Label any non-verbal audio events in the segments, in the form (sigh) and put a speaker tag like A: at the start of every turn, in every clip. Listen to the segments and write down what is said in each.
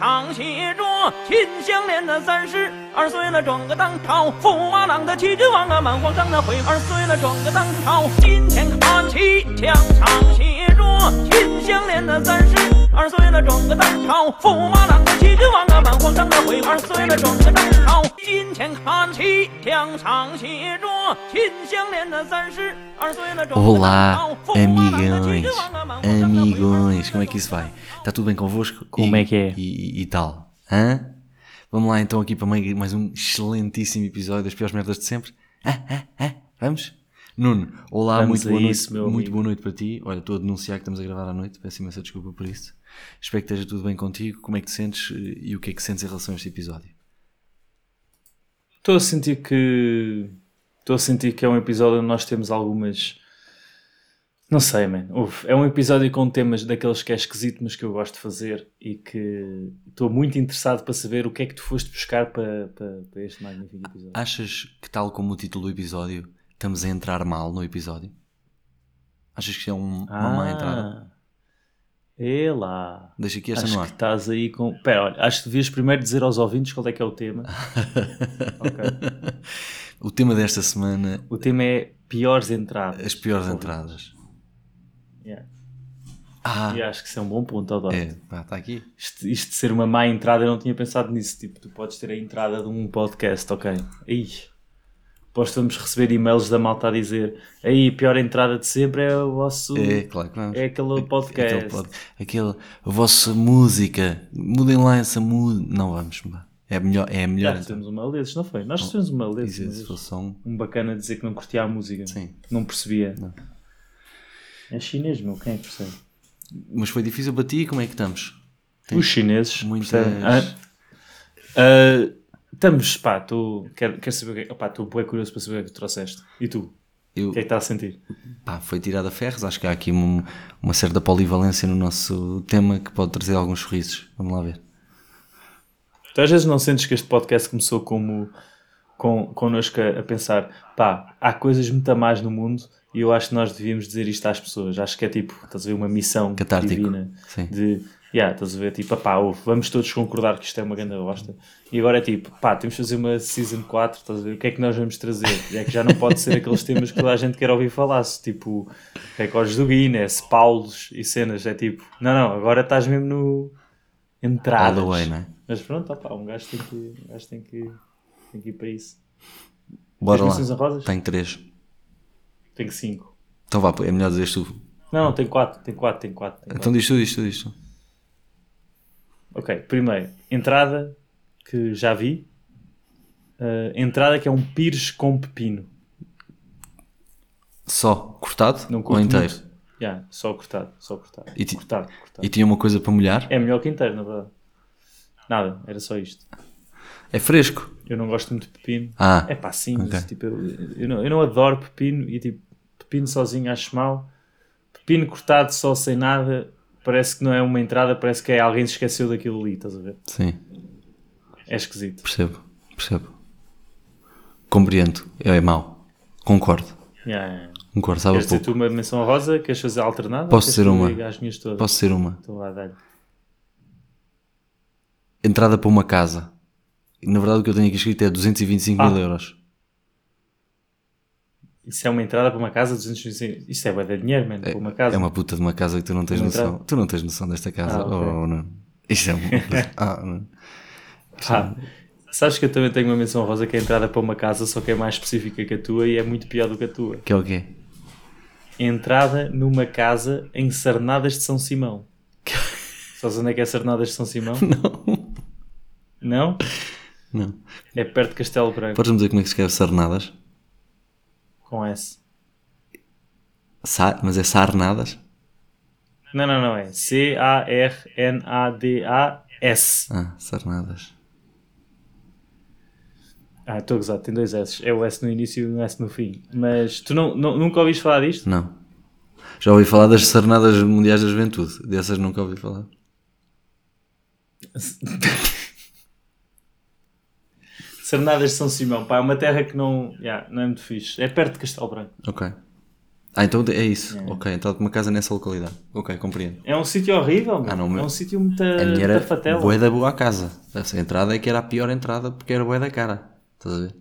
A: 啊
B: Olá, amigões, amigões. Como é que isso vai? Está tudo bem convosco?
C: Como
B: E-
C: é que é?
B: E, e- e tal. Hã? Vamos lá então aqui para mai- mais um excelentíssimo episódio das piores merdas de sempre. Hã? Hã? Hã? Vamos? Nuno, olá,
C: Vamos
B: muito boa
C: a
B: noite.
C: isso, meu
B: muito
C: amigo.
B: boa noite para ti. Olha, estou a denunciar que estamos a gravar à noite. Peço imensa desculpa por isso. Espero que esteja tudo bem contigo. Como é que te sentes eh, e o que é que sentes em relação a este episódio?
C: Estou a sentir que. Estou a sentir que é um episódio onde nós temos algumas. Não sei, man. Uf, é um episódio com temas daqueles que é esquisito, mas que eu gosto de fazer e que estou muito interessado para saber o que é que tu foste buscar para, para, para este magnífico episódio.
B: Achas que, tal como o título do episódio, estamos a entrar mal no episódio? Achas que é um- uma
C: Ah.
B: má entrada?
C: É lá.
B: Deixa aqui esta
C: Acho
B: no
C: que
B: ar.
C: estás aí com. Pera, olha, acho que devias primeiro dizer aos ouvintes qual é que é
B: (laughs)
C: o tema. Ok.
B: O tema desta semana,
C: O tema é piores entradas.
B: as piores entradas.
C: Yeah.
B: Ah,
C: E acho que isso é um bom ponto, Adoro.
B: é, pá, está aqui.
C: Isto, isto de ser uma má entrada, eu não tinha pensado nisso. Tipo, tu podes ter a entrada de um podcast, ok? Aí. Depois vamos receber e-mails da malta a dizer: aí, a pior entrada de sempre é o vosso.
B: É, claro que vamos.
C: É aquele
B: Aqu-
C: podcast.
B: Aquele, pod- aquele- a vossa música. Mudem lá essa música. Não vamos mudar. É melhor. É
C: Já
B: melhor então.
C: recebemos um mail desses, não foi? Nós recebemos um mail desses.
B: Dizer
C: uma
B: se
C: vez.
B: fosse só um.
C: Um bacana dizer que não curtia a música.
B: Sim.
C: Não percebia.
B: Não.
C: É chinês, meu, quem é que percebe?
B: Mas foi difícil para ti? Como é que estamos? Tem
C: Os chineses.
B: Muitas.
C: percebem? Ah, ah, estamos, pá, tu. Quero, quero saber o que é. Opá, estou bem curioso para saber o que é que tu trouxeste. E tu?
B: Eu,
C: O que é que estás a sentir?
B: pá, foi tirada a ferros. Acho que há aqui um- uma certa polivalência no nosso tema que pode trazer alguns sorrisos. Vamos lá ver.
C: Tu às vezes não sentes que este podcast começou como. Com, connosco a, a pensar, pá, há coisas muito a mais no mundo e eu acho que nós devíamos dizer isto às pessoas. Acho que é tipo, estás a ver, uma missão
B: Catártico.
C: divina.
B: Sim.
C: de yeah, estás a ver, tipo, pá, vamos todos concordar que isto é uma grande bosta. E agora é tipo, pá, temos de fazer uma season 4, estás a ver, o que é que nós vamos trazer? E é que já não pode ser aqueles temas que toda a gente quer ouvir falar-se, tipo, recordes do Guinness, Paulos e cenas, é tipo, não, não, agora estás mesmo no
B: All
C: entradas.
B: the way, não é?
C: Mas pronto, opá, um gajo tem que, um gajo tem que, tem que ir para isso.
B: Bora
C: Tens
B: lá.
C: menções honrosas?
B: Tenho três.
C: Tenho 5.
B: Então vá, é melhor dizer tu.
C: Não, não, tem 4, tem 4, tem 4.
B: Então diz tu, diz tu, diz tu.
C: Ok, primeiro, entrada que já vi. Uh, entrada que é um pires com pepino.
B: Só cortado
C: Não
B: ou
C: curto
B: inteiro?
C: muito. Yeah, só cortado, só cortado.
B: E ti-
C: Cortado, cortado.
B: E tinha uma coisa para molhar? É,
C: É melhor que inteiro, na verdade. Nada, era só isto.
B: É fresco?
C: Eu não gosto muito de pepino.
B: Ah,
C: É pá, sim, mas,
B: Ok.
C: tipo, eu, eu não, eu não adoro pepino e tipo, pepino sozinho acho mal. Pepino cortado só sem nada, parece que não é uma entrada, parece que é alguém se esqueceu daquilo ali, estás a ver?
B: sim,
C: É esquisito.
B: percebo, percebo. Compreendo, é, mau. Concordo,
C: Yeah, yeah, yeah.
B: concordo, sabe a
C: Queres dizer
B: um pouco.
C: tu uma menção rosa? Queres fazer alternada?
B: Posso
C: Queres
B: ser
C: que eu
B: uma?
C: diga As minhas todas.
B: Posso ser uma.
C: Então vá, dá-lhe.
B: Entrada para uma casa. Na verdade o que eu tenho aqui escrito é 225
C: Ah.
B: mil euros.
C: Isso é uma entrada para uma casa de 225. Isso é bué de dinheiro, mano, para uma casa.
B: É uma puta de uma casa que tu não tens
C: Uma
B: noção.
C: entrada?
B: Tu não tens noção desta casa.
C: Ah, ok.
B: oh, não. Isto é
C: (laughs)
B: uma... ah, não.
C: Pá, Sabes que eu também tenho uma menção rosa que é entrada para uma casa, só que é mais específica que a tua e é muito pior do que a tua.
B: Que é o quê?
C: Entrada numa casa em Sarnadas de São Simão. Sabes onde é que é Sarnadas de São Simão? Não. Não?
B: Não.
C: É perto de Castelo Branco,
B: Podes-me dizer como é que se escreve sarnadas?
C: com S.
B: Sa- mas é sarnadas?
C: Não, não, não, é C-A-R-N-A-D-A-S.
B: Ah, sarnadas.
C: Ah, estou a gozar, tem dois S. É o S no início e um S no fim. Mas tu não, não- nunca ouviste falar disto?
B: Não. Já ouvi falar das sarnadas mundiais da juventude. Dessas nunca ouvi falar.
C: Cernadas de São Simão, pá, é uma terra que não, yeah, não é muito fixe. É perto de Castelo Branco.
B: Ok. Ah, então é isso. Ok, então há uma casa nessa localidade. Ok, compreendo.
C: É um sítio horrível,
B: Ah, não,
C: mano.
B: meu-
C: é um sítio muito
B: A minha era
C: tafatela.
B: bué da boa à casa. Essa entrada é que era a pior entrada porque era bué da cara. Estás a ver?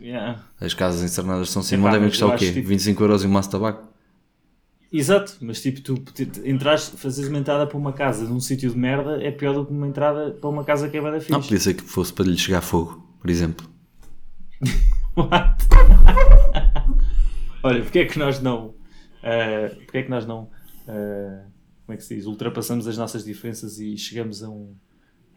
C: Yeah.
B: As casas encernadas de São Simão
C: Epá,
B: devem
C: mas
B: custar
C: eu
B: o
C: acho
B: quê?
C: tipo-
B: 25 euros e um maço de tabaco?
C: Exato, mas tipo, tu te- te- entras, fazes uma entrada para uma casa num sítio de merda é pior do que uma entrada para uma casa que é bada fixe.
B: Não, podia ser que fosse para lhe chegar fogo, por exemplo.
C: What? Olha, porque é que nós não. eh, porque é que nós não. eh, como é que se diz? Ultrapassamos as nossas diferenças e chegamos a um.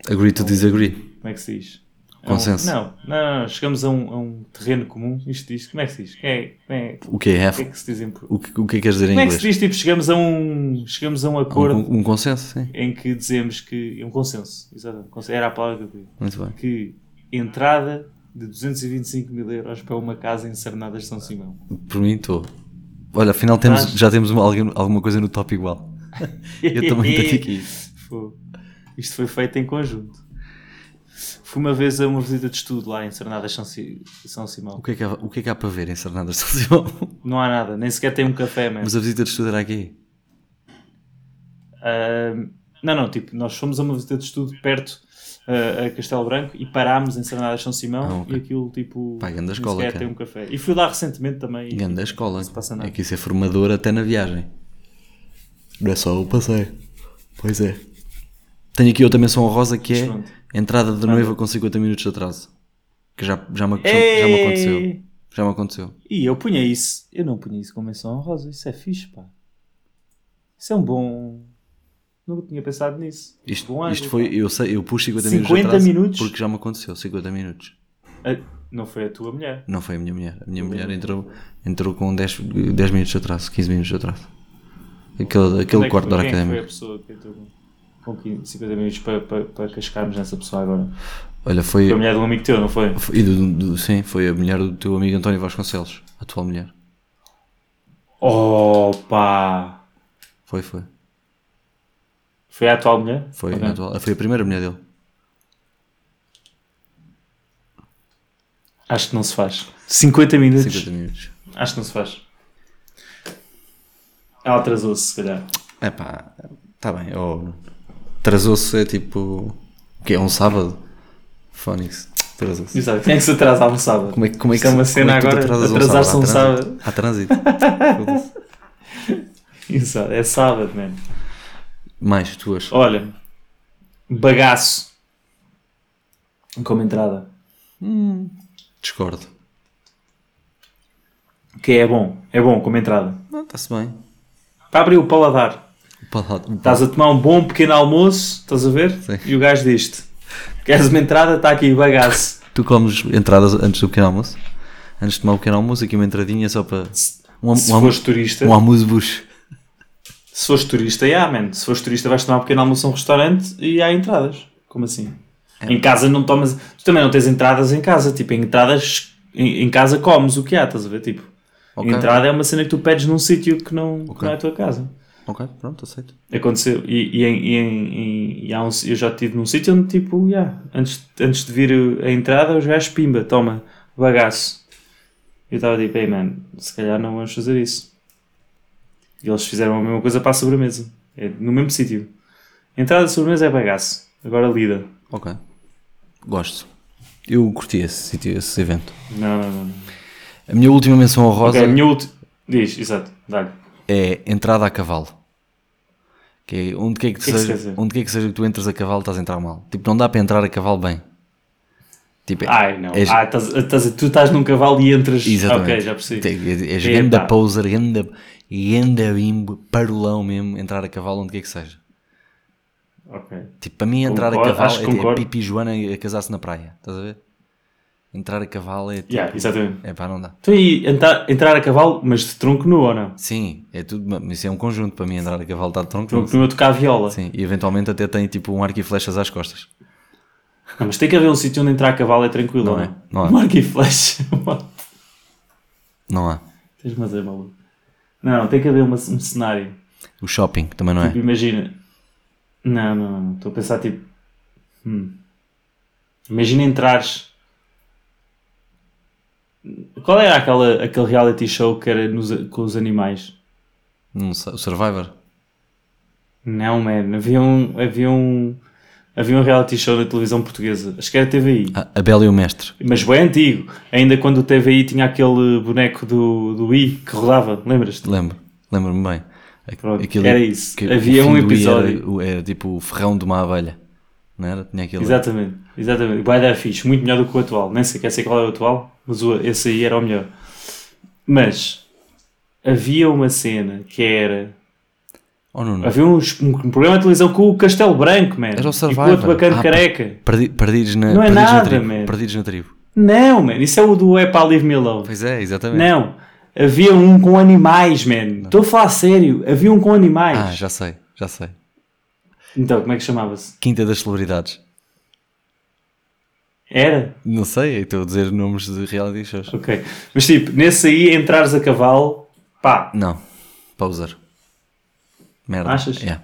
B: Agree to disagree.
C: Como é que se diz? A um-
B: Consenso.
C: não, não, não, chegamos a um, a um terreno comum. Isto diz. Como é que se diz? Quem é- quem é-
B: O que é
C: o que é
B: F?
C: que se diz em. por-
B: O que, o que é que queres dizer em
C: Como é que se
B: inglês?
C: diz? Tipo, chegamos a um. Chegamos a um acordo
B: Um, um consenso, sim.
C: em que dizemos que. Um consenso. Exatamente. consen- Era a palavra que eu queria.
B: Muito bem.
C: Que entrada de 225 mil euros para uma casa em Cernadas de São Simão.
B: Por mim estou. Olha, afinal temos,
C: Estás?
B: já temos uma- alguém- alguma coisa no top igual. Eu
C: (laughs)
B: também tenho aqui.
C: Fogo. Isto foi feito em conjunto. Fui uma vez a uma visita de estudo lá em Cernadas São, Si- São Simão.
B: O que é que há, o que é que há para ver em Sernadas de São
C: (laughs)
B: Simão?
C: Não há nada, nem sequer tem um café, mesmo.
B: Mas a visita de estudo era aqui.
C: Ah, não, não, tipo, nós fomos a uma visita de estudo perto ah, a Castelo Branco e parámos em Cernadas São Simão
B: Ah, ok.
C: e aquilo, tipo,
B: Pá, grande
C: nem
B: escola,
C: sequer
B: cara.
C: tem um café. E fui lá recentemente também. e-
B: Ganda escola.
C: Não se passa nada.
B: É que isso é formador até na viagem. Não é só o passeio. Pois é. Tenho aqui outra menção honrosa que é
C: Pronto.
B: entrada de noiva com 50 minutos de atraso. Que já, já, me, já, já me
C: Ei!
B: aconteceu. Já me aconteceu.
C: E eu punha isso. Eu não punha isso como menção honrosa. Isso é fixe, pá. Isso é um bom. Nunca tinha pensado nisso. Bom
B: Isto,
C: ângulo,
B: isto foi,
C: pá.
B: eu sei, eu pus 50,
C: 50
B: minutos de atraso
C: minutos?
B: porque já me aconteceu, 50 minutos.
C: Ah, não foi a tua mulher.
B: Não foi a minha mulher. A minha mulher entrou, entrou com 10, 10 minutos de atraso, 15 minutos de atraso. Aquele,
C: Onde é
B: aquele
C: que
B: quarto de
C: foi-
B: hora
C: quem é que Foi a
B: académica.
C: pessoa que entrou com- com 15, 50 minutos para, para, para cascarmos nessa pessoa agora.
B: Olha, foi.
C: Foi a mulher de um amigo teu, não foi?
B: foi- e do- do- sim, foi a mulher do teu amigo António Vasconcelos, a atual mulher.
C: Oh, pá.
B: Foi, foi.
C: Foi a atual mulher?
B: Foi,
C: Ok.
B: a atual- foi a primeira mulher dele.
C: Acho que não se faz. 50 minutos?
B: 50 minutos.
C: Acho que não se faz. Ela atrasou-se, se calhar.
B: É pá, tá bem. Ou atrasou-se, é tipo. O quê? Um sábado? Fónix, atrasou-se.
C: Exato. Quem é que se atrasa no sábado?
B: Como é, que- como é que
C: Isto é uma
B: se- como
C: cena
B: é que tu te
C: agora.
B: atrasas um
C: Atrasar-se um
B: sábado?
C: sábado.
B: Há trânsito. Há
C: (laughs)
B: trânsito. Foda-se.
C: Exato, é sábado, mano.
B: Mais tuas.
C: Olha, bagaço. Como entrada.
B: Discordo.
C: Que é bom, é bom como entrada.
B: Não, está-se bem.
C: Para abrir o paladar.
B: O paladar- o
C: Estás a tomar um bom pequeno almoço, estás a ver?
B: Sim.
C: E o gajo diz-te: Queres uma entrada? Está aqui, bagaço.
B: Tu comes entradas antes do pequeno almoço? Antes de tomar o pequeno almoço, aqui uma entradinha só para. Um, am-
C: Se
B: um, am-
C: fores turista,
B: um amuse bush.
C: se fores turista, yeah, man. se fores turista, vais tomar um pequeno almoço a um restaurante e há entradas. Como assim?
B: É.
C: Em casa não tomas. Tu também não tens entradas em casa. Tipo, em entradas. Em, em casa comes o que há, estás a ver? Tipo,
B: Ok.
C: entrada é uma cena que tu pedes num sítio que não, que
B: Ok.
C: não é a tua casa.
B: Ok, pronto, aceito.
C: Aconteceu, e, e, em- e em- em- e há um, eu já estive num sítio onde, tipo, yeah, antes, antes de vir a entrada, os gajos pimba, toma, bagaço. Eu estava tipo, hey man, se calhar não vamos fazer isso. E eles fizeram a mesma coisa para a sobremesa, é no mesmo sítio. Entrada de sobremesa é bagaço, agora lida.
B: Ok. Gosto. Eu curti esse sítio, esse evento.
C: Não, não, não. não.
B: A minha última menção honrosa
C: Ok, a minha ulti... Diz, exato, dá-lhe.
B: é entrada a cavalo. Que é, onde quer que,
C: que é que
B: seja,
C: quer dizer?
B: onde quer que seja que tu entres a cavalo, estás a entrar mal. Tipo, não dá para entrar a cavalo bem. Tipo, é-
C: Ai, não.
B: És-
C: Ah, estás, estás, tu estás num cavalo e entras.
B: Exatamente.
C: Ok, já percebi.
B: É, é, é
C: Epá.
B: ganda poser, ganda, ganda bimbo, parolão mesmo, entrar a cavalo onde quer que seja.
C: Ok.
B: Tipo, para mim entrar
C: Concordo,
B: a cavalo
C: acho que
B: é, é
C: concordo.
B: Pipi e Joana a casar-se na praia, estás a ver? Entrar a cavalo é tipo...
C: Yeah, exatamente.
B: É pá, não dá.
C: Então e entrar, entrar a cavalo, mas de tronco nu ou não?
B: Sim, é tudo, mas isso é um conjunto para mim, entrar a cavalo está de tronco.
C: Tronco nu a tocar a viola.
B: Sim, e eventualmente até tem tipo um arco e flechas às costas.
C: Não, mas tem que haver um sítio onde entrar a cavalo é tranquilo,
B: Não
C: não,
B: é,
C: é?
B: não é.
C: Um arco e flecha. (laughs)
B: Não há.
C: Tens mas é maluco. Não, tem que haver uma- um cenário.
B: O shopping também não é.
C: Tipo, imagina. Não, não, não. Estou a pensar tipo. hum. Imagina entrares. Qual era aquela, aquele reality show que era nos, com os animais?
B: Não sei, o Survivor.
C: Não, man. Havia um, havia um. Havia um reality show na televisão portuguesa. Acho que era TVI.
B: Ah, a Bela e o Mestre.
C: Mas bem antigo. Ainda quando o TVI tinha aquele boneco do, do I que rodava, lembras-te?
B: Lembro. Lembro-me bem. A-
C: Pronto, era isso. Havia
B: o
C: um
B: fim do I era-
C: episódio.
B: o- Era, tipo o ferrão de uma abelha. Não era? Tinha aquele.
C: Exatamente, exatamente. O Baida é fixe, muito melhor do que o atual. Nem sei, quer sei qual é o atual, mas o- esse aí era o melhor. Mas havia uma cena que era.
B: Oh, Nuno.
C: Havia uns- um, um programa de televisão com o Castelo Branco, man.
B: Era o
C: E com
B: Survivor.
C: outro bacana
B: Ah,
C: careca.
B: Perdi- perdidos na,
C: Não é
B: perdidos na
C: nada,
B: tribo.
C: man.
B: Perdidos na tribo.
C: Não, man, isso é o do Epa Leave Me Alone.
B: Pois é, exatamente.
C: Não, havia um com animais, man. Estou a falar sério, havia um com animais.
B: Ah, já sei, já sei.
C: Então, como é que chamava-se?
B: Quinta das celebridades.
C: Era?
B: Não sei, estou a dizer nomes de reality shows.
C: Ok. Mas tipo, nesse aí entrares a cavalo, pá,
B: Não. Poser. Merda.
C: Achas?
B: Yeah.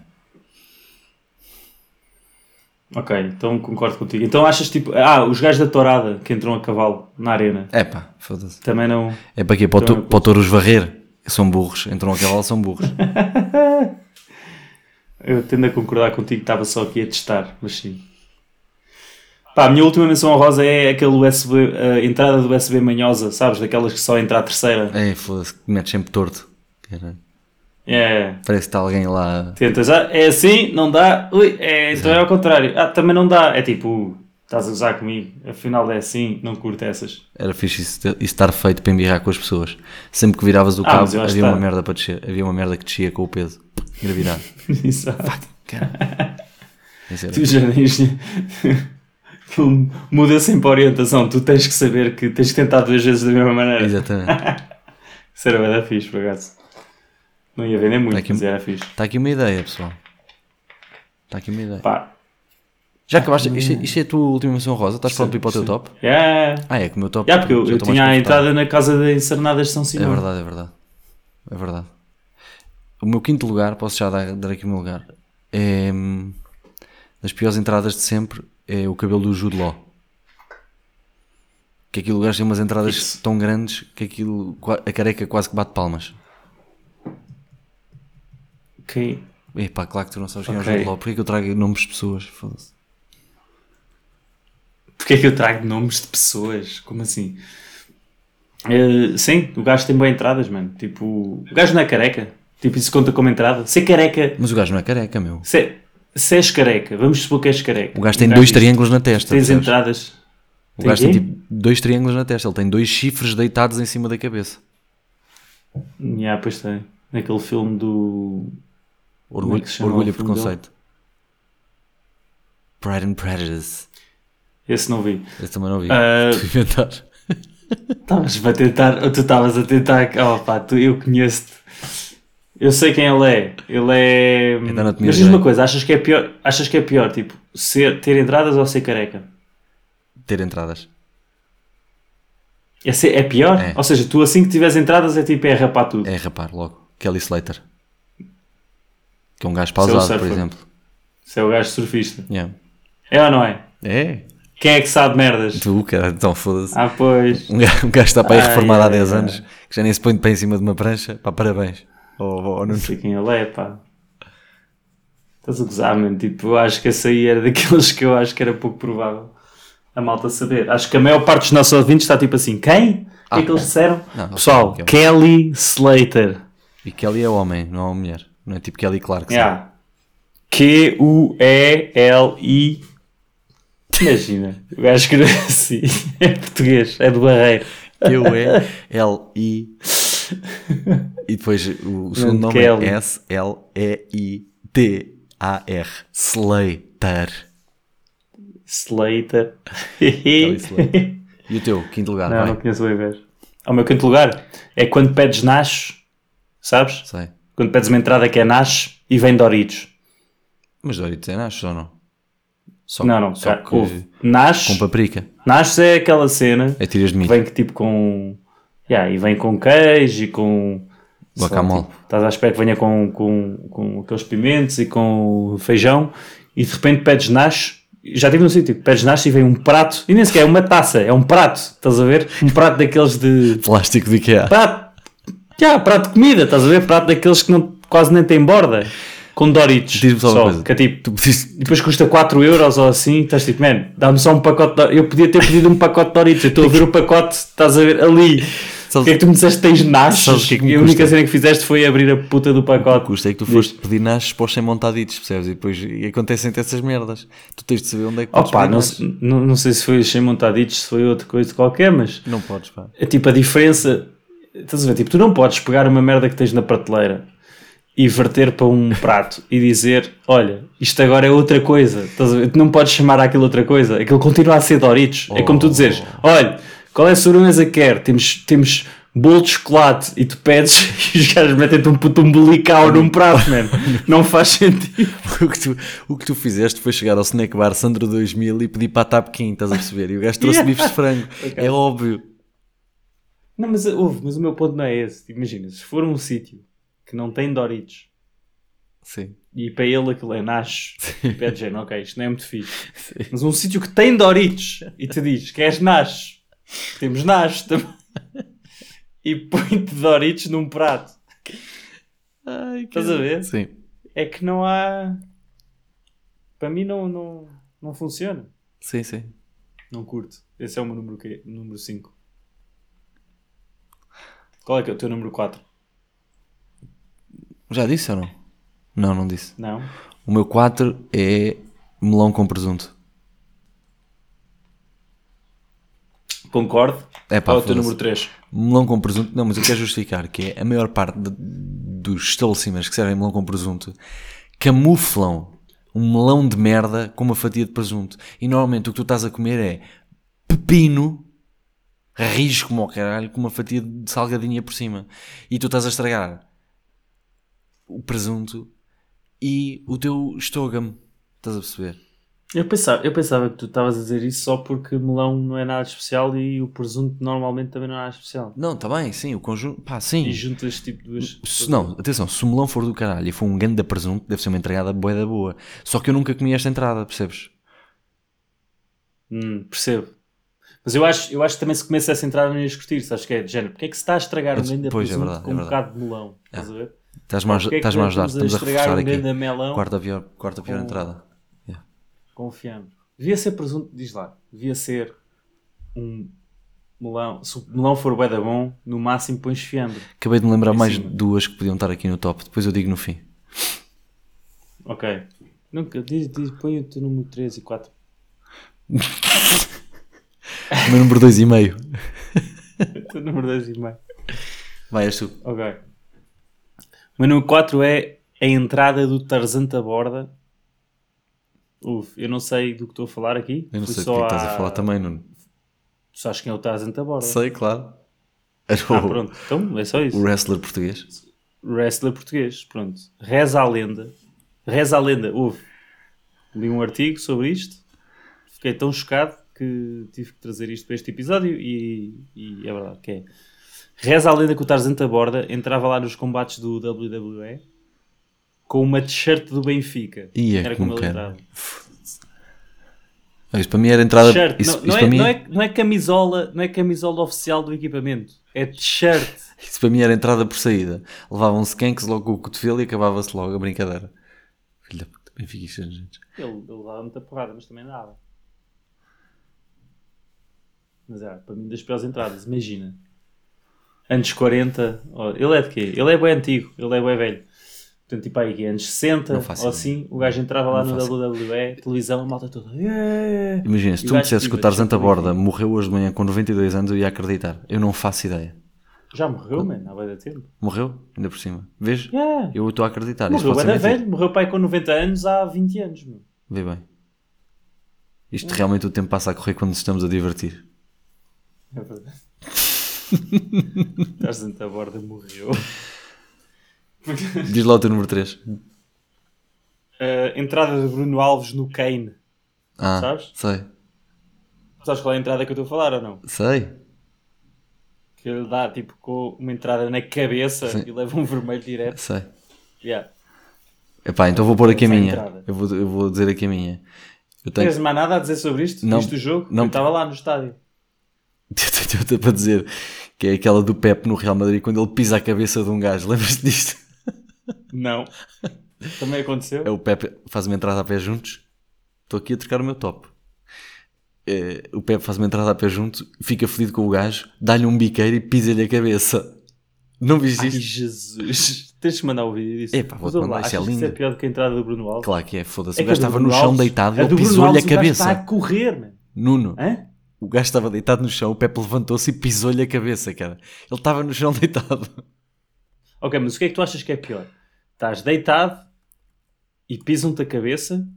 C: Ok, então concordo contigo. Então achas tipo. Ah, os gajos da tourada que entram a cavalo na arena
B: É pá, foda-se.
C: também não.
B: É para quê? Para, o
C: Então
B: to-
C: eu-
B: para o touro os varrer? São burros. Entram a cavalo, são
C: (laughs)
B: burros.
C: Eu tendo a concordar contigo, estava só aqui a testar, mas sim. Pá, a minha última menção rosa é aquele USB, a entrada do USB manhosa, sabes? Daquelas que só entra a terceira.
B: é, foda-se, que metes sempre torto. Caralho.
C: É.
B: Parece que está alguém lá.
C: Tentas, ah, é assim, não dá, ui, é, então é ao contrário. Ah, também não dá. É tipo, uh, estás a usar comigo, afinal é assim, não curto essas. (laughs)
B: Era fixe isso, ter- isso estar feito para embirrar com as pessoas. Sempre que viravas o
C: Ah,
B: cabo,
C: mas eu acho
B: havia
C: que
B: uma
C: tá.
B: merda para descer. Havia uma merda que descia com o peso. Gravidade.
C: Exato.
B: Isso era.
C: (laughs) Tu já tens. Tu muda sempre a orientação, tu tens que saber que tens que tentar duas vezes da mesma maneira.
B: Exatamente.
C: Isso era bem da fixe, por acaso. Não ia vender muito,
B: É que-
C: mas era fixe.
B: Está aqui uma ideia, pessoal. Está aqui uma ideia.
C: Pá, hum.
B: Já acabaste. Isto, é- isto é a tua última menção rosa? Estás pronto para ir para o teu
C: sim.
B: top?
C: yeah.
B: Ah, é que o meu top.
C: Yeah, porque eu,
B: já
C: eu
B: estou mais
C: tinha a
B: confortável.
C: entrada na casa da Encernadas de São
B: É
C: Simão.
B: verdade, é verdade. É verdade. O meu quinto lugar, posso já dar, dar aqui o meu lugar, é. hum, Das piores entradas de sempre é o cabelo do Jude Law. Que aquilo gajo tem umas entradas
C: Isso.
B: tão grandes que aquilo. qua- A careca quase que bate palmas.
C: Quem-
B: Epá, claro que tu não sabes quem é o
C: Ok.
B: Jude Law. Porquê que eu trago nomes de pessoas? Foda-se.
C: Porquê é que eu trago nomes de pessoas? Como assim? Eh, sim, o gajo tem boas entradas, mano. Tipo, o gajo não é careca. Tipo, isso conta como entrada. Ser careca.
B: Mas o gajo não é careca, meu.
C: Se, se és careca, vamos supor que és careca.
B: O gajo tem dois
C: diz-
B: triângulos na testa.
C: Tens
B: percebes?
C: entradas.
B: O gajo tem
C: quê?
B: tipo dois triângulos na testa. Ele tem dois chifres deitados em cima da cabeça. tipo-
C: Yeah, pois tem. Naquele filme do. Como é
B: Orgulho,
C: que se chama
B: orgulho
C: o
B: e
C: filme dele?
B: preconceito. Pride and Prejudice.
C: Esse não vi.
B: Esse também não vi. (laughs)
C: Ah.
B: Estou a inventar.
C: Estavas a tentar. ou Tu estavas a tentar. Oh, pá, tu, eu conheço-te. Eu sei quem ele é. Ele é.
B: da anatomia
C: Mas diz
B: do
C: uma
B: Grey.
C: coisa, achas que é pior, achas que é pior tipo, ser, ter entradas ou ser careca?
B: Ter entradas.
C: É, ser- é pior?
B: É.
C: Ou seja, tu assim que tiveres entradas é tipo, é rapar tudo.
B: É rapar logo. Kelly Slater. Que é um gajo
C: Seu
B: pausado,
C: surfer.
B: por exemplo.
C: Se é o gajo surfista.
B: Yeah.
C: É ou não é?
B: É?
C: Quem é que sabe merdas?
B: Tu, cara, então foda-se.
C: Ah, pois.
B: Um gajo um gajo está para aí
C: Ai,
B: reformado há
C: ai,
B: 10
C: ai.
B: anos, que já nem se põe de pé em cima de uma prancha. Pá, parabéns. Oh, oh, (laughs) não
C: Não sei quem ele é, pá. Estás a gozar, mano. Tipo, eu acho que esse aí era daqueles que eu acho que era pouco provável a malta saber. Acho que a maior parte dos nossos ouvintes está tipo assim: quem? O que é que eles disseram?
B: Ah, Não, não
C: Pessoal,
B: sei o que
C: Kelly Slater.
B: E Kelly é homem, não é mulher. Não é tipo Kelly Clarkson.
C: Yeah. Q-U-E-L-I. Imagina, o gajo escreveu assim. (laughs) É português, é do Barreiro.
B: é Q-E-L-I. E depois o, o segundo nome
C: Kelly.
B: é S-L-E-I-T. A-R. Slater.
C: Slater.
B: Kelly Slater. E o teu, quinto lugar,
C: não,
B: vai.
C: não conheço o inglês. Ao meu quinto lugar é quando pedes nachos, sabes?
B: Sei.
C: Quando pedes uma entrada que é nachos e vem Doritos.
B: Mas Doritos é nachos ou não? Só,
C: não, não,
B: só
C: cara,
B: que
C: ouve. Nachos,
B: com paprika.
C: nachos é aquela cena
B: É tiras de
C: que
B: milho.
C: vem que tipo com. Yeah, e vem com queijo e com. sei lá,
B: Guacamole.
C: tipo, Estás à espera que venha com, com, com aqueles pimentos e com feijão e de repente pedes nachos. Já tive no sítio, pedes nachos e vem um prato, e nem sequer é uma taça, é um prato, estás a ver? Um prato daqueles de
B: Plástico de Ikea.
C: prato, já, prato de comida, estás a ver? Prato daqueles que não, quase nem têm borda, com Doritos.
B: Diz-me só uma coisa.
C: Que é tipo,
B: Tu pediste-
C: depois custa 4 euros ou assim, estás tipo, man, dá-me só um pacote de Doritos. Eu podia ter pedido um pacote de Doritos, eu estou a ver o pacote, estás a ver ali.
B: Sabes-
C: o que é que tu me disseste que tens
B: Sabes
C: nachos?
B: o que é que me
C: e a única
B: custa?
C: cena que fizeste foi abrir a puta do pacote.
B: Custa é que tu foste pedir nachos para os sem montaditos, percebes? E depois e acontecem-te essas merdas. Tu tens de saber onde é que podes
C: Opa,
B: pedir
C: não,
B: nachos.
C: se- não, não sei se foi sem montaditos, se foi outra coisa qualquer, mas
B: Não podes, pá.
C: é tipo a diferença. Estás a ver? Tipo, tu não podes pegar uma merda que tens na prateleira e verter para um prato e dizer: Olha, isto agora é outra coisa. Estás a ver? Tu não podes chamar aquilo outra coisa. Aquilo continua a ser Doritos. É como tu dizes: Olha, qual é a sobremesa que quer? Temos, temos bolo de chocolate e tu pedes (laughs) e os caras metem-te um puto umbilical num prato, mano. Não faz sentido.
B: (laughs) O que, tu, o que tu fizeste foi chegar ao snack bar Sandro 2000 e pedir para a Tap King, estás a perceber? E o gajo trouxe
C: Yeah.
B: bifes de frango. É óbvio.
C: Não, mas, ouve, mas o meu ponto não é esse. Tipo, Imagina, se for um sítio que não tem Doritos
B: Sim.
C: E para ele aquilo é nachos. E pede género, ok, isto não é muito fixe. Mas um sítio que tem Doritos e te diz, queres nachos? Temos nachos também. E põe-te Doritos num prato. Estás a ver?
B: Sim.
C: É que não há... Para mim não, não, não funciona.
B: Sim, sim.
C: Não curto. Esse é o meu número que- número 5. Qual é, que é o teu número 4?
B: Já disse ou não? Não, não disse.
C: Não?
B: O meu 4 é melão com presunto.
C: Concordo.
B: É pá,
C: Qual é o teu
B: foda-se.
C: número 3?
B: Melão com presunto, não, mas eu quero justificar que é a maior parte de- dos estabelecimentos que servem melão com presunto camuflam um melão de merda com uma fatia de presunto. E normalmente o que tu estás a comer é pepino, rijo como ao caralho, com uma fatia de salgadinha por cima. E tu estás a estragar o presunto e o teu estôgamo. Estás a perceber?
C: Eu pensava, eu pensava que tu estavas a dizer isso só porque melão não é nada especial e o presunto normalmente também não é nada especial.
B: Não, está bem, sim, o conjunto. Pá, sim.
C: E juntas este tipo de duas.
B: Se, não, atenção, se o melão for do caralho e for um grande presunto, deve ser uma entregada boa da boa. Só que eu nunca comi esta entrada, percebes?
C: Hum, percebo. Mas eu acho, eu acho que também se começa essa entrada não ias curtir, sabes que é de género. Porquê é que se está a estragar um
B: Mas-
C: grande
B: pois, é
C: presunto
B: verdade,
C: com
B: é
C: um
B: verdade.
C: bocado de melão? Estás a ver?
B: Estás-me a,
C: Porquê é que
B: estás a ajudar,
C: estamos
B: estamos a
C: estragar
B: reforçar
C: um
B: aqui.
C: grande melão? Oh.
B: Quarta pior, quarta pior
C: com-
B: entrada. Yeah.
C: Confiamos. Devia ser presunto, diz lá, devia ser um melão. Se o melão for bué da bom, no máximo pões fiambre.
B: Acabei de me lembrar
C: Em
B: mais
C: cima.
B: duas que podiam estar aqui no top, depois eu digo no fim. (laughs)
C: Ok. Nunca, diz, diz, põe o teu número 3 e 4.
B: O meu número 2,5.
C: O (laughs) teu número 2 e meio.
B: Vai, és tu.
C: Ok. O número 4 é a entrada do Tarzan da borda. Uf, eu não sei do que estou a falar aqui.
B: Eu não
C: Fui
B: sei do
C: só
B: que é que estás
C: à-
B: a falar também, Nuno.
C: Tu sabes quem é o Tarzan da borda?
B: Sei, claro. Era
C: Ah,
B: o-
C: pronto. Então, é só
B: o
C: isso.
B: wrestler português.
C: Wrestler português. Pronto. Reza a lenda. Reza a lenda. Uf. Li um artigo sobre isto. Fiquei tão chocado que tive que trazer isto para este episódio e, e é verdade que é. Reza a lenda que o Tarzan da borda entrava lá nos combates do WWE com uma t-shirt do Benfica.
B: E é
C: era
B: como
C: como ele
B: que era.
C: entrava.
B: Ah, Isso para mim era entrada.
C: T-shirt.
B: Isso,
C: Não,
B: isso
C: não
B: para
C: é,
B: mim,
C: não, é, não é camisola, não é camisola oficial do equipamento. É t-shirt.
B: isso para mim era entrada por saída. Levavam skanks logo com o cotovelo e acabava-se logo a brincadeira. Filha da puta, benfiquista, gente.
C: Ele, ele dava muita porrada, mas também dava. Mas é, para mim, das piores entradas, imagina. Anos 40, ó, ele é de quê? Ele é bem antigo, ele é bem velho. Portanto, tipo aí, que é anos 60,
B: Não faço
C: ou
B: ideia.
C: assim, o gajo entrava lá
B: Não
C: no
B: faço
C: WWE, televisão, a malta toda. "Yeah!"
B: Imagina, se
C: E o
B: tu me
C: gajo
B: dissesses que o
C: tinha
B: Tarzan da
C: tipo-
B: Borda morreu hoje de manhã com 92 anos, eu ia acreditar. Eu não faço ideia.
C: Já morreu, mano, há bué de tempo.
B: Morreu, ainda por cima. Vês?
C: Yeah.
B: Eu estou a acreditar. Isto
C: Morreu,
B: pode
C: bué
B: ser
C: de
B: mentira.
C: velho. Morreu pai com 90 anos há 20 anos, meu.
B: Vê bem. Isto realmente o tempo passa a correr quando nos estamos a divertir. (laughs)
C: É verdade. Estás dentro da borda, morreu.
B: Diz lá o teu número 3.
C: Eh, entrada de Bruno Alves no Kane.
B: Ah,
C: Sabes?
B: sei.
C: Sabes qual é a entrada que eu estou a falar ou não?
B: Sei.
C: Que ele dá tipo com uma entrada na cabeça
B: Sim.
C: e leva um vermelho direto.
B: Sei.
C: Yeah.
B: Epá, então vou pôr aqui a
C: Essa é a
B: minha.
C: entrada.
B: Eu vou, eu vou dizer aqui a minha. Eu tenho,
C: Tens
B: (laughs)
C: mais nada a dizer sobre isto?
B: Não.
C: Isto do jogo?
B: Não.
C: Eu estava lá no estádio.
B: tenho outra para dizer que é aquela do Pep no Real Madrid quando ele pisa a cabeça de um gajo. Lembras-te disto? (laughs)
C: Não. Também aconteceu?
B: É o Pepe faz uma entrada a pé juntos. Estou aqui a trocar o meu top. Eh, o Pepe faz uma entrada a pé junto, fica fodido com o gajo, dá-lhe um biqueiro e pisa-lhe a cabeça. Não viste
C: Ai,
B: isto?
C: Jesus. Tens de mandar o vídeo disso.
B: Epá, vou-te
C: Mas eu
B: mandar,
C: lá,
B: isso é
C: achas que Isso é
B: lindo.
C: pior do que a entrada do Bruno Alves.
B: Claro que é, foda-se.
C: É
B: o
C: que a
B: gajo
C: do
B: estava no
C: Bruno
B: chão
C: Alves-
B: deitado e
C: do
B: ele
C: Bruno
B: pisou-lhe
C: Alves,
B: a
C: o gajo Está
B: cabeça.
C: a correr, mano.
B: Nuno,
C: Hã?
B: o gajo estava deitado no chão, o Pepe levantou-se e pisou-lhe a cabeça, cara. Ele estava no chão (laughs) deitado.
C: Ok, mas o que é que tu achas que é pior? Estás deitado e pisam-te a cabeça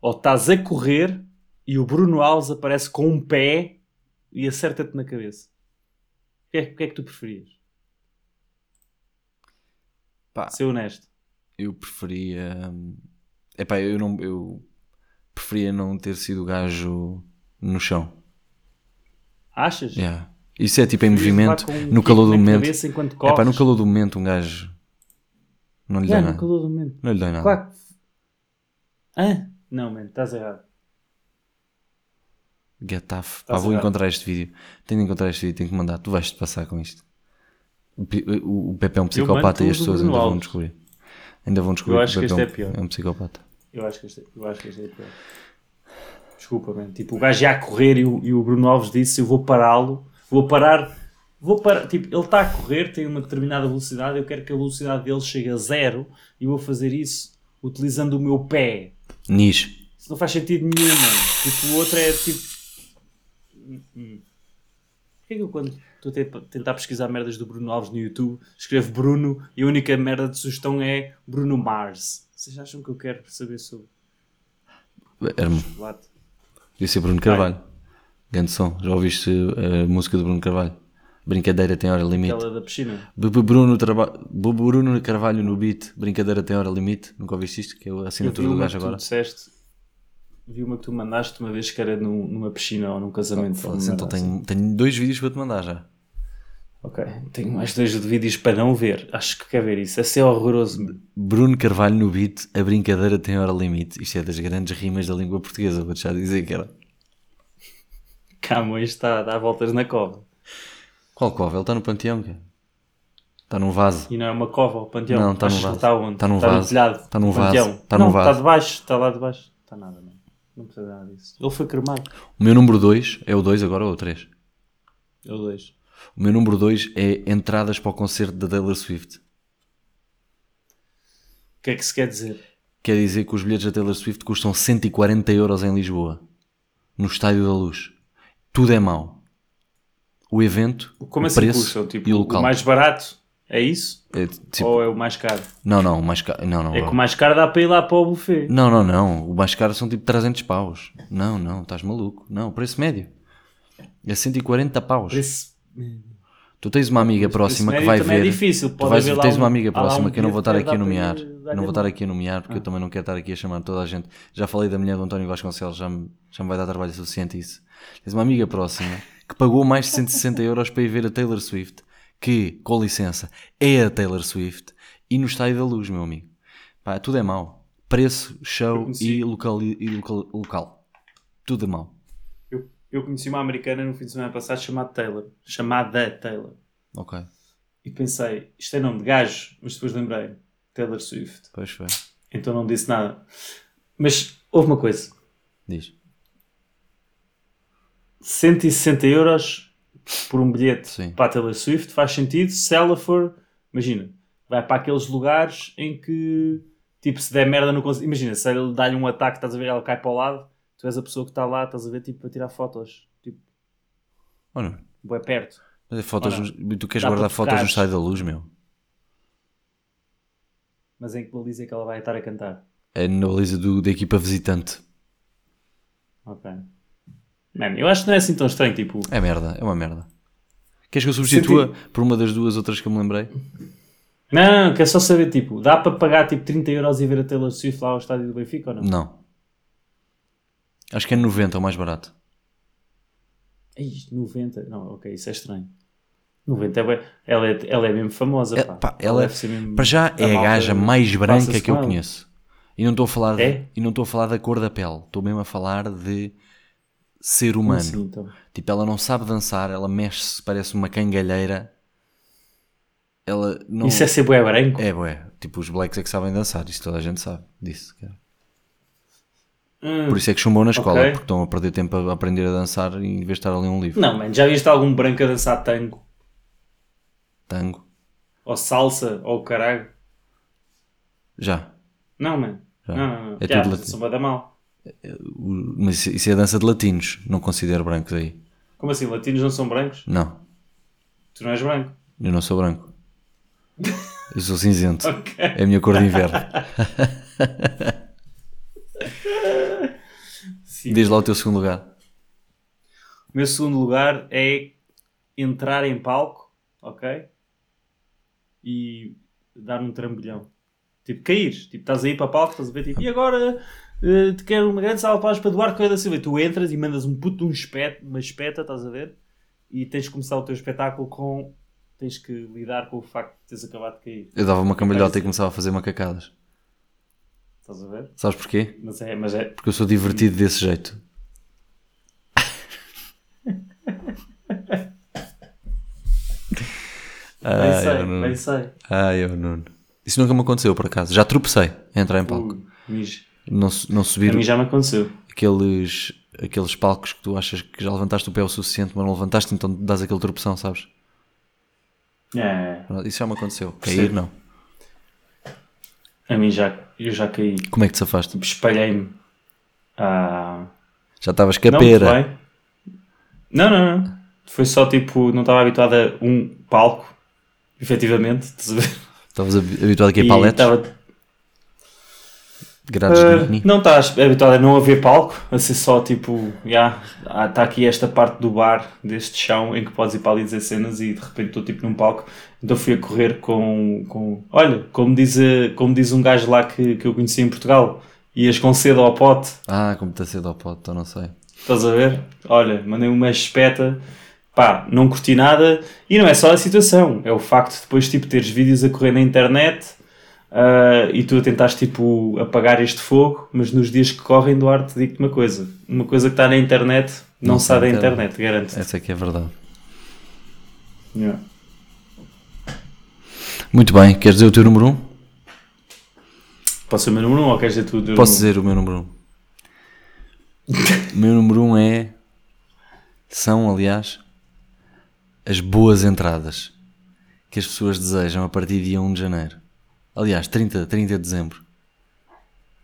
C: ou estás a correr e o Bruno Alves aparece com um pé e acerta-te na cabeça? O que é, o que, é que tu preferias?
B: Pá.
C: Ser honesto.
B: Eu preferia. hum, Epá, eu não. Eu preferia não ter sido o gajo no chão.
C: Achas?
B: Yeah. Isso é tipo em
C: Preferias
B: movimento,
C: levar com um
B: no
C: kick
B: calor do
C: na
B: momento.
C: Cabeça enquanto
B: É pá, no
C: corres?
B: calor do momento um gajo não lhe dá
C: Yeah, É, no
B: nada.
C: calor do momento.
B: Não lhe dá nada.
C: Claro. Hã? Não, mano, estás errado.
B: Getafe. Pá,
C: Estás
B: vou
C: errado.
B: encontrar este vídeo. Tenho de encontrar este vídeo, tenho que mandar. Tu vais-te passar com isto. O Pe- O, o Pepe é um psicopata e
C: tudo
B: as pessoas
C: do Bruno
B: ainda vão
C: Alves.
B: descobrir. Ainda vão descobrir
C: Eu acho
B: o
C: que
B: Pepe
C: este
B: é,
C: é
B: um,
C: pior.
B: é um psicopata.
C: Eu acho que este, eu acho que este é pior. Desculpa, mano. Tipo, o gajo já a correr e o, e o Bruno Alves disse: Eu vou pará-lo, vou parar. Vou parar. Tipo, ele está a correr, tem uma determinada velocidade. Eu quero que a velocidade dele chegue a zero e vou fazer isso utilizando o meu pé.
B: Nis.
C: Isso não faz sentido nenhum, mano. Tipo, o outro é tipo. Hum, hum. Porquê que eu, quando estou a te- tentar pesquisar merdas do Bruno Alves no YouTube, escrevo Bruno e a única merda de sugestão é Bruno Mars? Vocês acham que eu quero saber sobre
B: Hermo.
C: chocolate?
B: Devia ser Bruno Carvalho. Grande som. Já ouviste eh, a música do Bruno Carvalho? Brincadeira tem hora limite.
C: Aquela da piscina.
B: B- B- Bruno, Traba- B- Bruno Carvalho no beat. Brincadeira tem hora limite. Nunca ouviste isto? Que é a
C: Eu vi
B: assinatura do
C: uma
B: gajo
C: que tu
B: agora.
C: disseste. Vi uma que tu mandaste uma vez que era num- numa piscina ou num casamento.
B: Foda-se,
C: Uma
B: então
C: merda
B: tenho, tenho dois vídeos para te mandar já.
C: assim. Ok. Tenho mais dois vídeos para não ver. Acho que quer ver isso. Esse é horroroso. mano.
B: Bruno Carvalho no beat, a brincadeira tem hora limite. Isto é das grandes rimas da língua portuguesa, vou deixar de dizer que era.
C: Camões está a dar voltas na cova.
B: Qual cova? Ele está no panteão, cara. Está num vaso.
C: E não é uma cova, o panteão.
B: Não, tá num
C: Achas que
B: vaso.
C: Está onde?
B: Tá num
C: no
B: vaso.
C: telhado.
B: Tá num
C: O
B: vaso.
C: panteão.
B: Tá
C: não,
B: num vaso.
C: Está debaixo, está tá lá debaixo. Está nada, não. Não precisa de nada disso. Ele foi cremado.
B: O meu número 2 é o 2 agora ou o 3?
C: Eu dois.
B: O meu número 2 é entradas para o concerto da Taylor Swift.
C: O que é que se quer dizer?
B: Quer dizer que os bilhetes da Taylor Swift custam 140 euros em Lisboa, no Estádio da Luz. Tudo é mau. O evento,
C: Como
B: o
C: assim
B: preço
C: custam? Tipo,
B: e o local.
C: mais barato é isso?
B: É, tipo,
C: Ou é o mais caro?
B: Não, não, o mais caro. Não, não,
C: É
B: bro.
C: que o mais caro dá para ir lá para o buffet.
B: Não, não, não. O mais caro são tipo 300 paus. Não, não, estás maluco. Não, preço médio. É 140 paus.
C: Preço-
B: Tu tens uma amiga próxima que
C: médio
B: vai
C: também é
B: ver.
C: difícil.
B: Tu
C: Pode
B: vais,
C: haver lá
B: tens
C: um-
B: uma amiga
C: há lá
B: próxima
C: um
B: que eu não vou
C: bilhete
B: estar
C: que
B: aqui a
C: dá Ah. para
B: nomear.
C: ir dar
B: Não vou
C: a
B: estar
C: mão.
B: aqui a nomear porque eu também não quero estar aqui a chamar toda a gente. Já falei da mulher do António Vasconcelos, já me, já me vai dar trabalho suficiente isso. Tens uma amiga próxima que pagou mais de 160 euros para ir ver a Taylor Swift, que, com licença, é a Taylor Swift, e no estádio da luz, meu amigo. Pá, tudo é mau. Preço, show e,
C: consigo.
B: local, e local, local. Tudo é mau.
C: Eu, eu conheci uma americana no fim de semana passado chamada Taylor. Chamada Taylor.
B: Ok,
C: E pensei, isto é nome de gajo, mas depois lembrei. Taylor Swift.
B: pois foi.
C: Então não disse nada. Mas houve uma coisa:
B: Diz.
C: 160 euros por um bilhete
B: Sim.
C: para a Taylor Swift faz sentido se ela for. Imagina, vai para aqueles lugares em que, tipo, se der merda no concerto. Imagina, se ele dá-lhe um ataque, estás a ver, ela cai para o lado, tu és a pessoa que está lá, estás a ver, tipo, para tirar fotos. Tipo,
B: Olha,
C: bué perto.
B: Mas é Fotos
C: Ora,
B: no- tu queres
C: dá
B: guardar
C: para
B: fotos no
C: tocares.
B: estádio da luz, meu?
C: Mas em que baliza é que ela vai estar a cantar?
B: É na baliza do- da equipa visitante.
C: Ok. Man, eu acho que não é assim tão estranho, tipo,
B: É merda, é uma merda. Queres que eu substitua por uma das duas outras que eu me lembrei?
C: Não, quer só saber, tipo, dá para pagar tipo 30 euros e ver a Taylor Swift lá ao estádio do Benfica ou não?
B: Não. Acho que é 90, é o mais barato.
C: Ei, 90, não, ok, isso é estranho. 90 é bué- ela é, ela é mesmo famosa,
B: É,
C: pá.
B: pá, ela,
C: deve ser mesmo
B: para já
C: da
B: é a
C: malta
B: gaja mais branca
C: passa-se
B: que eu
C: mal.
B: conheço. E não estou a falar de-
C: É?
B: e não estou a falar da cor da pele, estou mesmo a falar de ser
C: Como
B: humano.
C: assim, então?
B: Tipo, ela não sabe dançar, ela mexe-se, parece uma cangalheira. Ela não
C: Isso é ser bué branco?
B: É, bué. Tipo, os blacks é que sabem dançar, isso toda a gente sabe disso. cara.
C: Hum.
B: Por isso é que chumbou na escola,
C: Ok.
B: porque estão a perder tempo a aprender a dançar em vez de estar ali um livro.
C: Não, mano, já viste algum branco a dançar tango?
B: Tango.
C: Ou salsa? Ou caralho?
B: Já.
C: Não, mano.
B: Já.
C: Não, não, não.
B: É
C: já,
B: tudo
C: mas
B: latino.
C: isso é bué da mal.
B: O- Mas isso- isso é a dança de latinos, não considero brancos aí.
C: Como assim, latinos não são brancos?
B: Não,
C: Tu não és branco? (laughs)
B: eu não sou branco. Eu sou cinzento.
C: Ok.
B: É a minha cor de
C: (laughs)
B: inverno.
C: Sim.
B: Diz lá o teu segundo lugar.
C: O meu segundo lugar é entrar em palco, ok? E dar um trambolhão. Tipo, cair. Tipo, estás aí para palco, estás a ver, tipo, e agora eh, te quero uma grande salva de palmas para Eduardo Correia da Silva. E tu entras e mandas um puto de um espet, uma espeta, estás a ver? E tens de começar o teu espetáculo com... Tens que lidar com o facto de teres acabado de cair.
B: Eu dava uma cambalhota e começava a fazer macacadas.
C: Estás a ver?
B: Sabes porquê?
C: Mas é, mas é...
B: Porque eu sou divertido desse jeito.
C: bem
B: Ai,
C: sei,
B: Ah, eu não-
C: bem sei.
B: Ai, eu Nuno. Isso nunca me aconteceu, por acaso. Já tropecei a entrar em É palco.
C: Ui, mijo.
B: Não, su- não
C: A
B: subir
C: mim já me aconteceu.
B: aqueles, aqueles palcos que tu achas que já levantaste o pé o suficiente, mas não levantaste, então dás aquele tropeção, sabes?
C: É,
B: Pronto, Isso já me aconteceu.
C: Percebo.
B: Cair, não.
C: a mim já... Eu já caí.
B: Como é que te safaste?
C: Tipo, espalhei-me. Ah,
B: Já estavas
C: não, muito
B: capeira.
C: bem. Não, não, não. Foi só tipo, não estava habituado a um palco, efetivamente. estás a ver?
B: Estavas hab- habituado aqui a
C: E
B: paletes,
C: estava-
B: grades de
C: Ah,
B: Nini.
C: não estás habituado a não haver palco, a ser só tipo, já, ah, está aqui esta parte do bar, deste chão, em que podes ir para ali dizer cenas e de repente estou tipo num palco. Então fui a correr com. com olha, como diz, eh, como diz um gajo lá que, que eu conheci em Portugal, ias com cedo ao pote.
B: Ah, como está cedo ao pote, então não sei.
C: Estás a ver? Olha, mandei uma espeta, pá, não curti nada. E não é só a situação, é o facto de depois tipo, teres vídeos a correr na internet ah, e tu a tentares tipo, apagar este fogo, mas nos dias que correm, Duarte, digo-te uma coisa: uma coisa que está na internet não,
B: Não
C: sai da
B: sai da
C: internet, garanto.
B: Essa é que é a verdade. É.
C: Yeah.
B: Muito bem, queres dizer o teu número 1? Um?
C: Posso ser o meu número 1 um, ou queres dizer tu? o teu
B: Posso
C: número
B: dizer o meu número 1? Um. o meu número 1 um é. São, aliás, as boas entradas que as pessoas desejam a partir de dia 1 de janeiro. Aliás, 30, 30 de dezembro.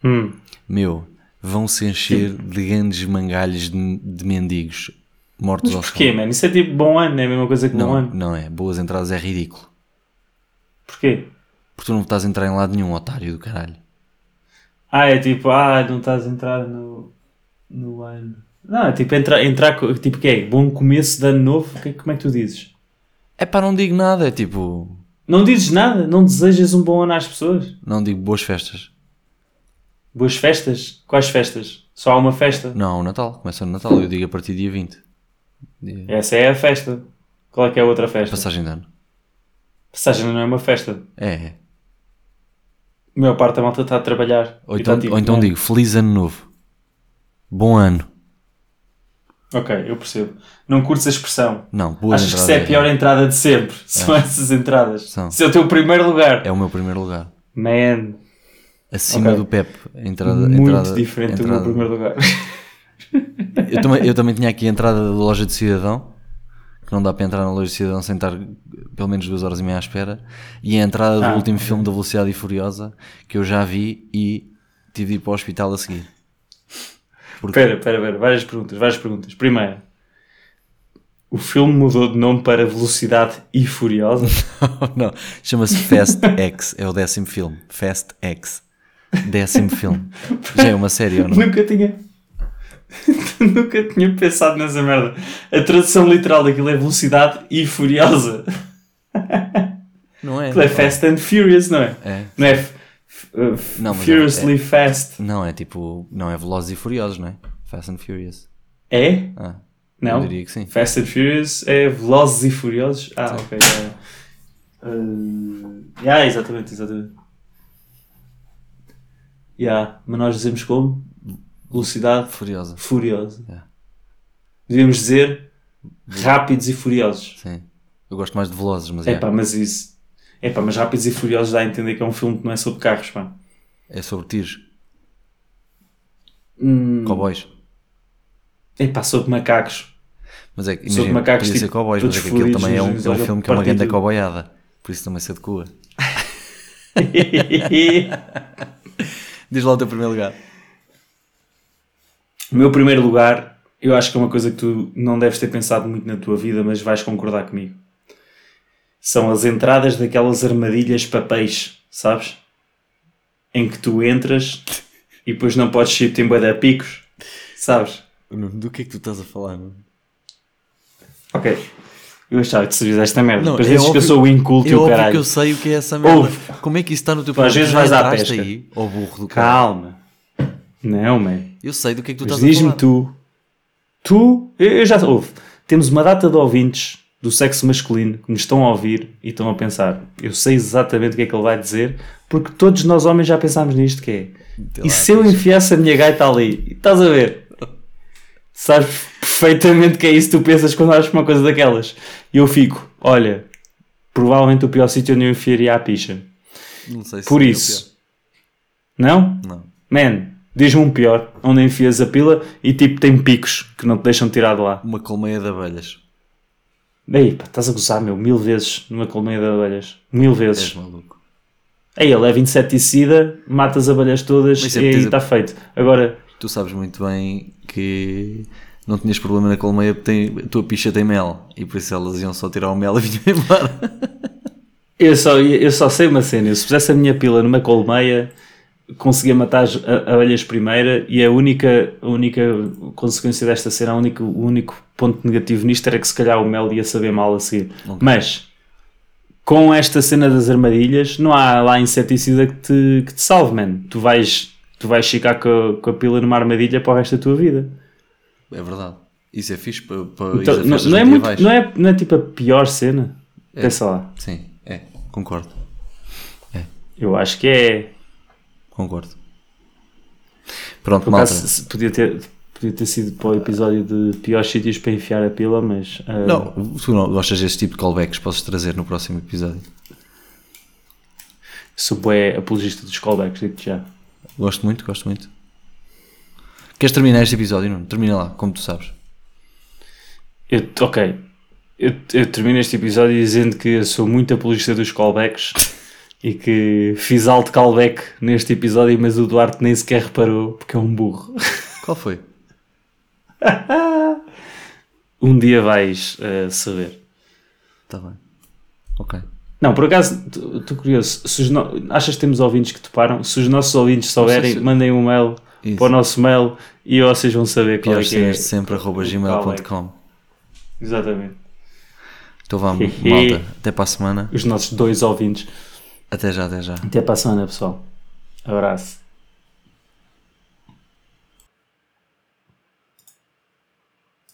C: um? Hum.
B: Meu, vão se encher de grandes mangalhos de, de mendigos mortos ao
C: Porquê, mano? Isso é tipo bom ano, é a mesma coisa que bom
B: Não,
C: ano.
B: não é. Boas entradas é ridículo.
C: Porquê?
B: Porque tu não estás a entrar em lado nenhum, otário do caralho.
C: Ah, é tipo, ah, não estás a entrar no, no ano. Não, é tipo, entrar, entrar, co- tipo, que é? Bom começo de ano novo? Que, como é que tu dizes?
B: É pá, não digo nada, é tipo.
C: Não dizes nada? Não desejas um bom ano às pessoas?
B: Não digo boas festas.
C: Boas festas? Quais festas? Só há uma festa?
B: Não, o Natal. Começa no Natal, eu digo a partir do dia 20. Dia-
C: Essa é a festa. Qual é que é a outra festa?
B: Passagem de ano.
C: Passagem não é uma festa.
B: É, é.
C: A maior parte da malta está a trabalhar.
B: Ou
C: E tá
B: então,
C: tipo,
B: ou então
C: não.
B: digo, feliz ano novo. Bom ano.
C: Ok, eu percebo. Não curtes a expressão.
B: Não, boas
C: Achas que isso
B: entradas
C: é a pior entrada de sempre? São essas entradas.
B: É. São.
C: Isso é o teu primeiro lugar.
B: É o meu primeiro lugar.
C: Man,
B: Acima
C: Ok.
B: do PEP. a Entrada,
C: muito
B: entrada,
C: diferente do meu
B: entrada-
C: primeiro lugar.
B: Eu também, eu também tinha aqui a entrada da loja de cidadão, que não dá para entrar na loja de cidadão sem estar pelo menos duas horas e meia à espera, e a entrada do
C: Ah,
B: último filme da Velocidade e Furiosa, que eu já vi e tive de ir para o hospital a seguir.
C: Espera, espera, espera. Várias perguntas, várias perguntas. Primeiro, O filme mudou de nome para Velocidade e Furiosa.
B: (laughs) não, chama-se
C: (laughs)
B: Fast X, é o décimo filme. Fast X. Décimo filme. Já é uma série ou não?
C: Nunca tinha. (laughs) Nunca tinha pensado nessa merda. A tradução literal daquilo é Velocidade e Furiosa.
B: Não é?
C: Aquilo é Fast and Furious, não é?
B: É.
C: Não é f- f- uh, f-
B: Não, mas é-
C: Furiously Fast.
B: Não, é tipo, não é Velozes e Furiosos, não é? Fast and Furious.
C: É?
B: Ah,
C: Não?
B: Eu diria que sim.
C: Fast and Furious é Velozes e Furiosos? Ah, ok. É. Uh, yeah, exatamente, exatamente. Yeah, mas nós dizemos como? Velocidade
B: Furiosa.
C: furiosa.
B: Yeah.
C: Devíamos dizer rápidos e furiosos.
B: Sim. Eu gosto mais de Velozes, mas
C: É
B: yeah,
C: pá, mas isso. É pá, mas rápidos e furiosos dá a entender que é um filme que não é sobre carros, pá.
B: é sobre tiros,
C: Hum,
B: cowboys.
C: é pá, sobre macacos.
B: (laughs) Mas é que
C: Sobre
B: imagina,
C: macacos,
B: podia ser
C: tipo,
B: cowboys, mas
C: todos
B: é que aquilo
C: fodidos,
B: também é um,
C: uns
B: é um
C: olhos
B: filme que é uma grande
C: partidos.
B: cowboyada. Por isso também se adequa. Diz lá o teu primeiro lugar.
C: O meu primeiro lugar, eu acho que é uma coisa que tu não deves ter pensado muito na tua vida, mas vais concordar comigo. São as entradas daquelas armadilhas papéis, sabes? Em que tu entras e depois não podes sair, tem bué de picos, sabes?
B: Do que é que tu estás a falar? Não,
C: Ok. Eu achava que tu sabias esta merda.
B: Não,
C: Depois
B: é
C: dizes que
B: óbvio-
C: eu sou o inculto
B: é
C: e o
B: óbvio
C: caralho.
B: que eu sei o que é essa merda.
C: Ouve.
B: Como é que isso está no teu
C: Tu às vezes
B: Já
C: vais à
B: entraste
C: pesca.
B: aí, ó burro do caralho.
C: Calma. Não, man.
B: Eu sei do que é que tu
C: Mas
B: estás a
C: diz-me
B: falar.
C: tu. Tu, eu eu já ouve. Temos uma data de ouvintes do sexo masculino que nos estão a ouvir e estão a pensar. Eu sei exatamente o que é que ele vai dizer, porque todos nós homens já pensámos nisto que é.
B: Sei lá,
C: E se eu
B: diz.
C: enfiasse a minha gaita ali? Estás a ver? Sabes perfeitamente que é isso que tu pensas quando olhas para uma coisa daquelas. E eu fico, olha, provavelmente o pior sítio onde eu enfiaria a picha.
B: Não sei se
C: Por
B: seria o
C: isso. Não?
B: pior. Não.
C: Man, diz-me um pior, onde enfias a pila e tipo tem picos que não te deixam tirar de lá.
B: Uma colmeia de abelhas.
C: Ei, pá, estás a gozar, meu, mil vezes numa colmeia de abelhas. Mil
B: És
C: vezes.
B: maluco.
C: Aí ele é leva inseticida, mata as abelhas todas
B: Mas
C: e
B: sempre
C: aí
B: tens a-
C: está feito. Agora,
B: Tu sabes muito bem que não tinhas problema na colmeia porque tem- a tua picha tem mel. E por isso elas iam só tirar o mel e (laughs) vinham embora.
C: eu só, eu só sei uma cena, eu se pusesse a minha pila numa colmeia, conseguia matar as a- abelhas primeira e a única, a única consequência desta cena, a única, o único ponto negativo nisto era que se calhar o mel ia saber mal a seguir. Mas com esta cena das armadilhas, não há lá inseticida que te, que te salve, man. Tu vais, tu vais ficar com a, com a pila numa armadilha para o resto da tua vida.
B: É verdade. Isso é fixe para, para
C: Então,
B: ir a
C: não,
B: festas
C: não é muito,
B: medievais.
C: não, é, não é tipo a pior cena. Pensa lá.
B: Sim, é. Concordo.
C: Eu acho que é.
B: Concordo. Pronto,
C: Por
B: malta.
C: acaso, se- podia, ter, podia ter sido para o episódio de piores sítios para enfiar a pila, mas. ah,
B: Não, Eh, tu não gostas desse tipo de callbacks, podes trazer no próximo episódio.
C: Sou bué apologista dos callbacks, digo já.
B: Gosto muito, gosto muito. Queres terminar este episódio, Nuno? Termina lá, como tu sabes.
C: Eu, ok. Eu, eu termino este episódio dizendo que eu sou muito apologista dos callbacks (laughs) e que fiz alto callback neste episódio, mas o Duarte nem sequer reparou porque é um burro. (laughs)
B: Qual foi?
C: Um dia vais eh, saber.
B: Está Tá bem. Ok.
C: Não, por acaso, estou curioso. Se os no- Achas que temos ouvintes que toparam? Se os nossos ouvintes souberem,
B: se-
C: mandem um mail
B: Isso.
C: para o nosso mail e vocês vão saber qual é
B: Piores
C: que é.
B: cenas de sempre, arroba gmail.com.
C: Exatamente.
B: Então
C: (laughs)
B: vá,
C: Hehe.
B: malta. Até para a semana.
C: Os nossos dois ouvintes.
B: Até já, até já.
C: Até para a semana, pessoal. Abraço.